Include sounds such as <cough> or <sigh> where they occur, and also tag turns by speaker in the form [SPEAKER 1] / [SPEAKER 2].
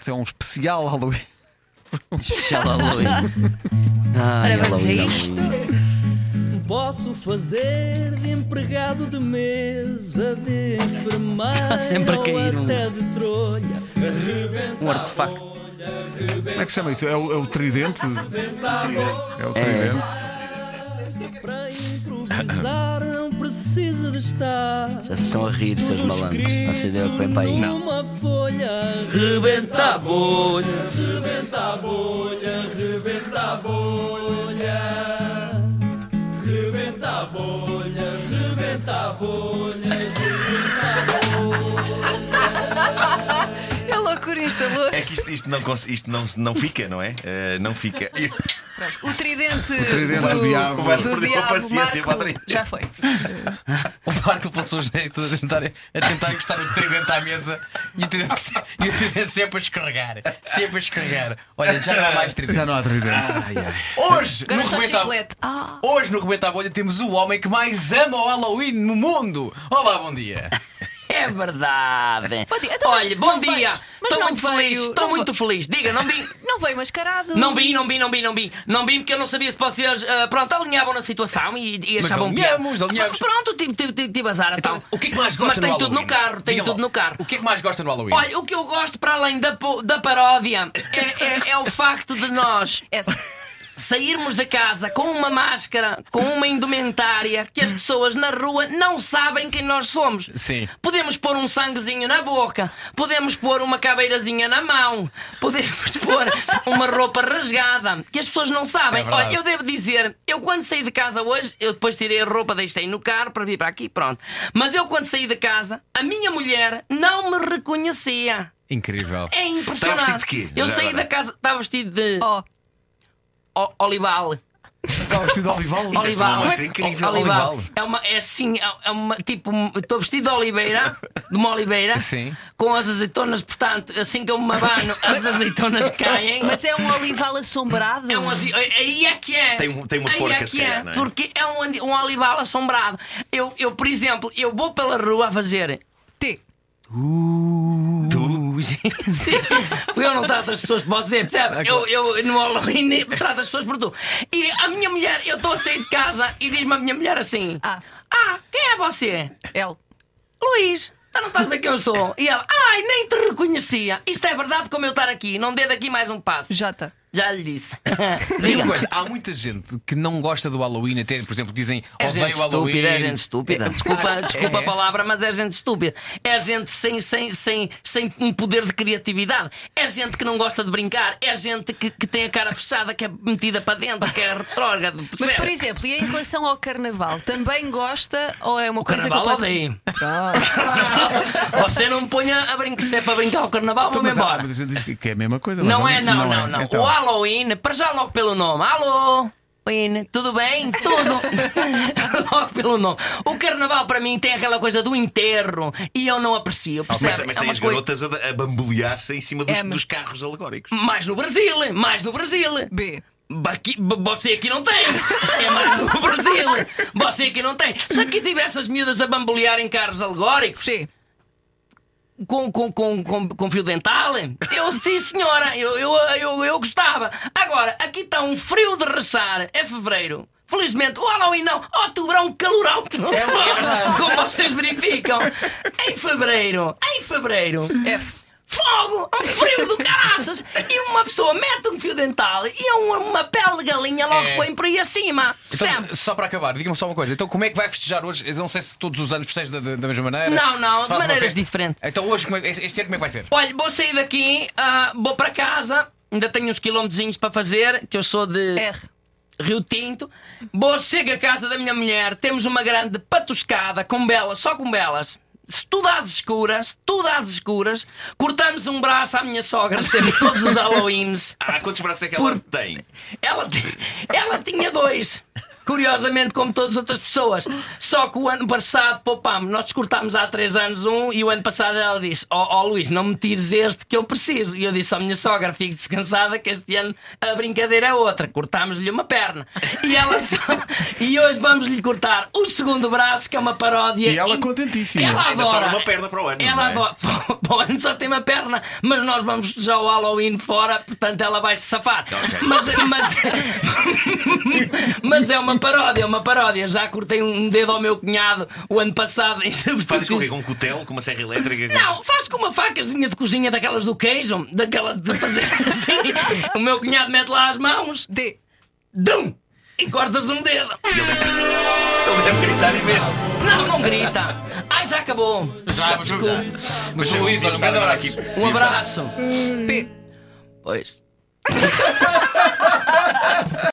[SPEAKER 1] Isso é um especial Halloween.
[SPEAKER 2] Especial Halloween.
[SPEAKER 3] <laughs>
[SPEAKER 2] Ai,
[SPEAKER 3] Ora, vamos a
[SPEAKER 2] Halloween,
[SPEAKER 3] isto.
[SPEAKER 2] Halloween.
[SPEAKER 4] Posso fazer de empregado de mesa, de enfermeira
[SPEAKER 2] Está sempre a
[SPEAKER 4] ou
[SPEAKER 2] cair um-
[SPEAKER 4] até de trolha.
[SPEAKER 2] Um artefacto.
[SPEAKER 1] Como é que se chama isso? É o, é o tridente? É o tridente.
[SPEAKER 4] Para improvisar não precisa de estar
[SPEAKER 2] Já se estão a rir, seus malandros. Não sei de onde vem para aí.
[SPEAKER 4] numa folha. Rebenta a bolha, rebenta a bolha, rebenta a bolha. Rebenta a bolha, rebenta a bolha.
[SPEAKER 3] É loucura, instalou-se.
[SPEAKER 5] É que isto, isto não, cons- isto não, não fica, não é? Eh, não fica.
[SPEAKER 3] O tridente,
[SPEAKER 1] tridente do diabo.
[SPEAKER 3] do
[SPEAKER 1] O Vasco
[SPEAKER 5] perdeu a
[SPEAKER 3] diabo, Marco,
[SPEAKER 5] paciência para o tridente.
[SPEAKER 3] Já foi.
[SPEAKER 6] O Marco passou o genérico todo a tentar, a tentar encostar o tridente à mesa e o tridente, se- e o tridente sempre a escorregar. Sempre a escorregar. Olha, já não há mais tridente.
[SPEAKER 1] Já não há tridente.
[SPEAKER 6] Hoje,
[SPEAKER 3] Agora
[SPEAKER 6] no
[SPEAKER 3] só
[SPEAKER 6] Rebenta-
[SPEAKER 3] chiclete. Ah,
[SPEAKER 6] Hoje no Rebenta à Bolha temos o homem que mais ama o Halloween no mundo. Olá, bom dia.
[SPEAKER 2] É verdade.
[SPEAKER 3] Bom dia. Então, mas
[SPEAKER 2] Olha, bom
[SPEAKER 3] não veio.
[SPEAKER 2] dia.
[SPEAKER 3] Mas
[SPEAKER 2] Estou
[SPEAKER 3] não
[SPEAKER 2] muito
[SPEAKER 3] veio.
[SPEAKER 2] feliz. Estou
[SPEAKER 3] Não
[SPEAKER 2] muito feliz. Diga, não
[SPEAKER 3] <laughs>
[SPEAKER 2] vi.
[SPEAKER 3] não veio mascarado.
[SPEAKER 2] Não vi, não vi, não vi, não vi. Não vi porque eu não sabia se vocês. ah, pronto, alinhavam na situação e, e
[SPEAKER 6] Mas
[SPEAKER 2] achavam
[SPEAKER 6] alinhamos,
[SPEAKER 2] piada.
[SPEAKER 6] alinhamos.
[SPEAKER 2] Pronto, tive, tive, tive, tive azar então.
[SPEAKER 6] Então, o que é que mais gosta
[SPEAKER 2] Mas tenho
[SPEAKER 6] no
[SPEAKER 2] tudo no
[SPEAKER 6] Halloween?
[SPEAKER 2] carro, tenho
[SPEAKER 6] Diga-me
[SPEAKER 2] tudo
[SPEAKER 6] lá,
[SPEAKER 2] no carro.
[SPEAKER 6] O que é que mais gosta no Halloween?
[SPEAKER 2] Olha, o que eu gosto para além da, po- da paródia é, é- é o facto de
[SPEAKER 6] <laughs>
[SPEAKER 2] nós
[SPEAKER 6] É
[SPEAKER 3] Essa.
[SPEAKER 2] sairmos de casa com uma máscara, com uma indumentária que as pessoas na rua não sabem quem nós somos.
[SPEAKER 6] Sim.
[SPEAKER 2] Podemos pôr um sanguezinho na boca, podemos pôr uma cabeirazinha na mão, podemos <laughs> pôr uma roupa rasgada que as pessoas não sabem.
[SPEAKER 6] É verdade.
[SPEAKER 2] Olha, eu devo dizer, eu quando saí de casa hoje, eu depois tirei a roupa, deixei no carro para vir para aqui, pronto. Mas eu quando saí de casa, a minha mulher não me reconhecia.
[SPEAKER 6] Incrível.
[SPEAKER 2] É impressionante.
[SPEAKER 5] Estava vestido de quê?
[SPEAKER 2] Eu
[SPEAKER 5] Já
[SPEAKER 2] saí
[SPEAKER 5] agora.
[SPEAKER 2] da casa, estava vestido de
[SPEAKER 3] Ó,
[SPEAKER 2] o- olival.
[SPEAKER 1] Está vestido de olival?
[SPEAKER 5] Isso é só uma máscara incrível.
[SPEAKER 2] Olival.
[SPEAKER 6] Olival.
[SPEAKER 2] É uma, é assim, é- é uma, tipo, um- estou vestido de oliveira, de uma oliveira,
[SPEAKER 6] Sim.
[SPEAKER 2] com as azeitonas, portanto, assim que eu me abano, as azeitonas caem.
[SPEAKER 3] mas é um olival assombrado.
[SPEAKER 2] É um azi- Aí é que é.
[SPEAKER 5] Tem um- tem uma
[SPEAKER 2] Aí
[SPEAKER 5] forca,
[SPEAKER 2] é
[SPEAKER 5] se
[SPEAKER 2] que é.
[SPEAKER 5] calhar, não é?
[SPEAKER 2] Porque é um, andi- um olival assombrado. Eu, eu, por exemplo, eu vou pela rua a fazer.
[SPEAKER 3] T.
[SPEAKER 5] Tu? oh,
[SPEAKER 2] Sim, porque eu não trato as pessoas por você, percebe? Eu, eu no Halloween trato as pessoas por tu. E a minha mulher, eu estou a sair de casa e diz-me a minha mulher assim:
[SPEAKER 3] Ah.
[SPEAKER 2] Ah, quem é você?
[SPEAKER 3] L.
[SPEAKER 2] Luís, já não estás a ver quem eu sou? E ela: Ai, nem te reconhecia. Isto é verdade como eu estar aqui, não dê daqui mais um passo.
[SPEAKER 3] J.
[SPEAKER 2] Já lhe <laughs> disse.
[SPEAKER 6] Diga uma
[SPEAKER 2] Diga.
[SPEAKER 6] coisa, há muita gente que não gosta do Halloween, até, por exemplo, dizem
[SPEAKER 2] É
[SPEAKER 6] odeio
[SPEAKER 2] gente
[SPEAKER 6] Halloween.
[SPEAKER 2] estúpida, é gente estúpida. <laughs> Desculpa, desculpa
[SPEAKER 6] <laughs> É.
[SPEAKER 2] a
[SPEAKER 1] Então,
[SPEAKER 2] palavra, mas é gente estúpida. É gente sem, sem, sem, sem um poder de criatividade. É gente que não gosta de brincar. É gente que, que tem a cara fechada, que é metida para dentro, que é retrógrado.
[SPEAKER 3] Mas,
[SPEAKER 2] percebe?
[SPEAKER 3] por exemplo, e em relação ao carnaval, também gosta ou é uma
[SPEAKER 2] O
[SPEAKER 3] coisa
[SPEAKER 2] carnaval
[SPEAKER 3] completa-
[SPEAKER 2] odeio. <laughs> Você não me ponha a brincar, se é para brincar o carnaval,
[SPEAKER 1] Então,
[SPEAKER 2] vamos
[SPEAKER 1] mas há-
[SPEAKER 2] embora.
[SPEAKER 1] mas a gente diz que- que é a mesma coisa. mas
[SPEAKER 2] Não é, não, não, não.
[SPEAKER 1] Então,
[SPEAKER 2] O Halloween, para já logo pelo nome. Alô! Halloween, tudo bem? Tudo! <laughs> Logo pelo nome. O carnaval para mim tem aquela coisa do enterro e eu não aprecio.
[SPEAKER 5] Mas,
[SPEAKER 2] Percebe?
[SPEAKER 5] mas
[SPEAKER 2] É
[SPEAKER 5] tem
[SPEAKER 2] uma
[SPEAKER 5] as
[SPEAKER 2] coisa-
[SPEAKER 5] garotas a, a bambolear-se em cima dos,
[SPEAKER 3] É, mas-
[SPEAKER 5] dos carros alegóricos.
[SPEAKER 2] Mais no Brasil, mais no Brasil.
[SPEAKER 3] B.
[SPEAKER 2] Ba- aqui- ba- Você aqui não tem! É mais no Brasil! Você aqui não tem! Se aqui tivesse as miúdas a bambolear em carros alegóricos,
[SPEAKER 3] C.
[SPEAKER 2] com, com, com, com, com fio dental? Eu, sim, senhora, eu, eu, eu, eu gostava. Agora, aqui está um frio de rachar, é fevereiro. Felizmente, o Halloween não, outubro é um calorão que não se fala, como vocês verificam. Em fevereiro, em fevereiro, é
[SPEAKER 3] F.
[SPEAKER 2] Fogo! Um frio do caraças! E uma pessoa mete um fio dental e é uma, uma pele de galinha logo
[SPEAKER 6] É.
[SPEAKER 2] põe por aí acima. Percebe?
[SPEAKER 6] Então, só para acabar, diga-me só uma coisa. Então, como é que vai festejar hoje? Eu não sei se todos os anos festejas da, da- da mesma maneira.
[SPEAKER 2] Não, não,
[SPEAKER 6] se faz
[SPEAKER 2] de
[SPEAKER 6] uma
[SPEAKER 2] maneiras
[SPEAKER 6] festa.
[SPEAKER 2] diferentes.
[SPEAKER 6] Então, hoje, como é- este ano, como é que vai ser?
[SPEAKER 2] Olha, vou sair daqui, ah, vou para casa, ainda tenho uns quilómetros para fazer, que eu sou de
[SPEAKER 3] R.
[SPEAKER 2] Rio Tinto. Vou chegar à casa da minha mulher, temos uma grande patuscada com belas, só com belas. Tudo às escuras, tudo às escuras. Cortamos um braço à minha sogra sempre, todos os Halloweens.
[SPEAKER 5] Ah, quantos braços é que ela tem?
[SPEAKER 2] Ela, ti- ela tinha dois. Curiosamente, como todas as outras pessoas. Só que o ano passado poupámos. Nós cortámos há três anos um e o ano passado ela disse: Ó ó, Luís, não me tires este que eu preciso. E eu disse à minha sogra: Fique descansada que este ano a brincadeira é outra. Cortámos-lhe uma perna. E ela só... E hoje vamos-lhe cortar o segundo braço, que é uma paródia.
[SPEAKER 1] E ela
[SPEAKER 2] in-
[SPEAKER 1] contentíssima.
[SPEAKER 2] Ela
[SPEAKER 5] Ainda sobra
[SPEAKER 2] adora.
[SPEAKER 5] uma perna para o ano, não
[SPEAKER 2] Ela
[SPEAKER 5] é?
[SPEAKER 2] adora. Só, <laughs> para o ano só tem uma perna, mas nós vamos já ao Halloween fora, portanto ela vai se safar. <laughs> Mas, mas- mas é uma paródia, é uma paródia. Já cortei um dedo ao meu cunhado o ano passado <laughs> em
[SPEAKER 5] Fazes com o quê?
[SPEAKER 2] substituição.
[SPEAKER 5] Com um cutelo, com uma serra elétrica?
[SPEAKER 2] Não, faz com uma facazinha de cozinha daquelas do queijo, daquelas de fazer <laughs> assim. O meu cunhado mete lá as mãos,
[SPEAKER 3] D.
[SPEAKER 2] dum! E cortas um dedo.
[SPEAKER 5] Ele deve gritar imenso.
[SPEAKER 2] Não, não grita. Ai, já acabou.
[SPEAKER 6] Já, mas, mas Luís, olha, um grande abraço.
[SPEAKER 2] Um abraço.
[SPEAKER 3] P.
[SPEAKER 2] Pois.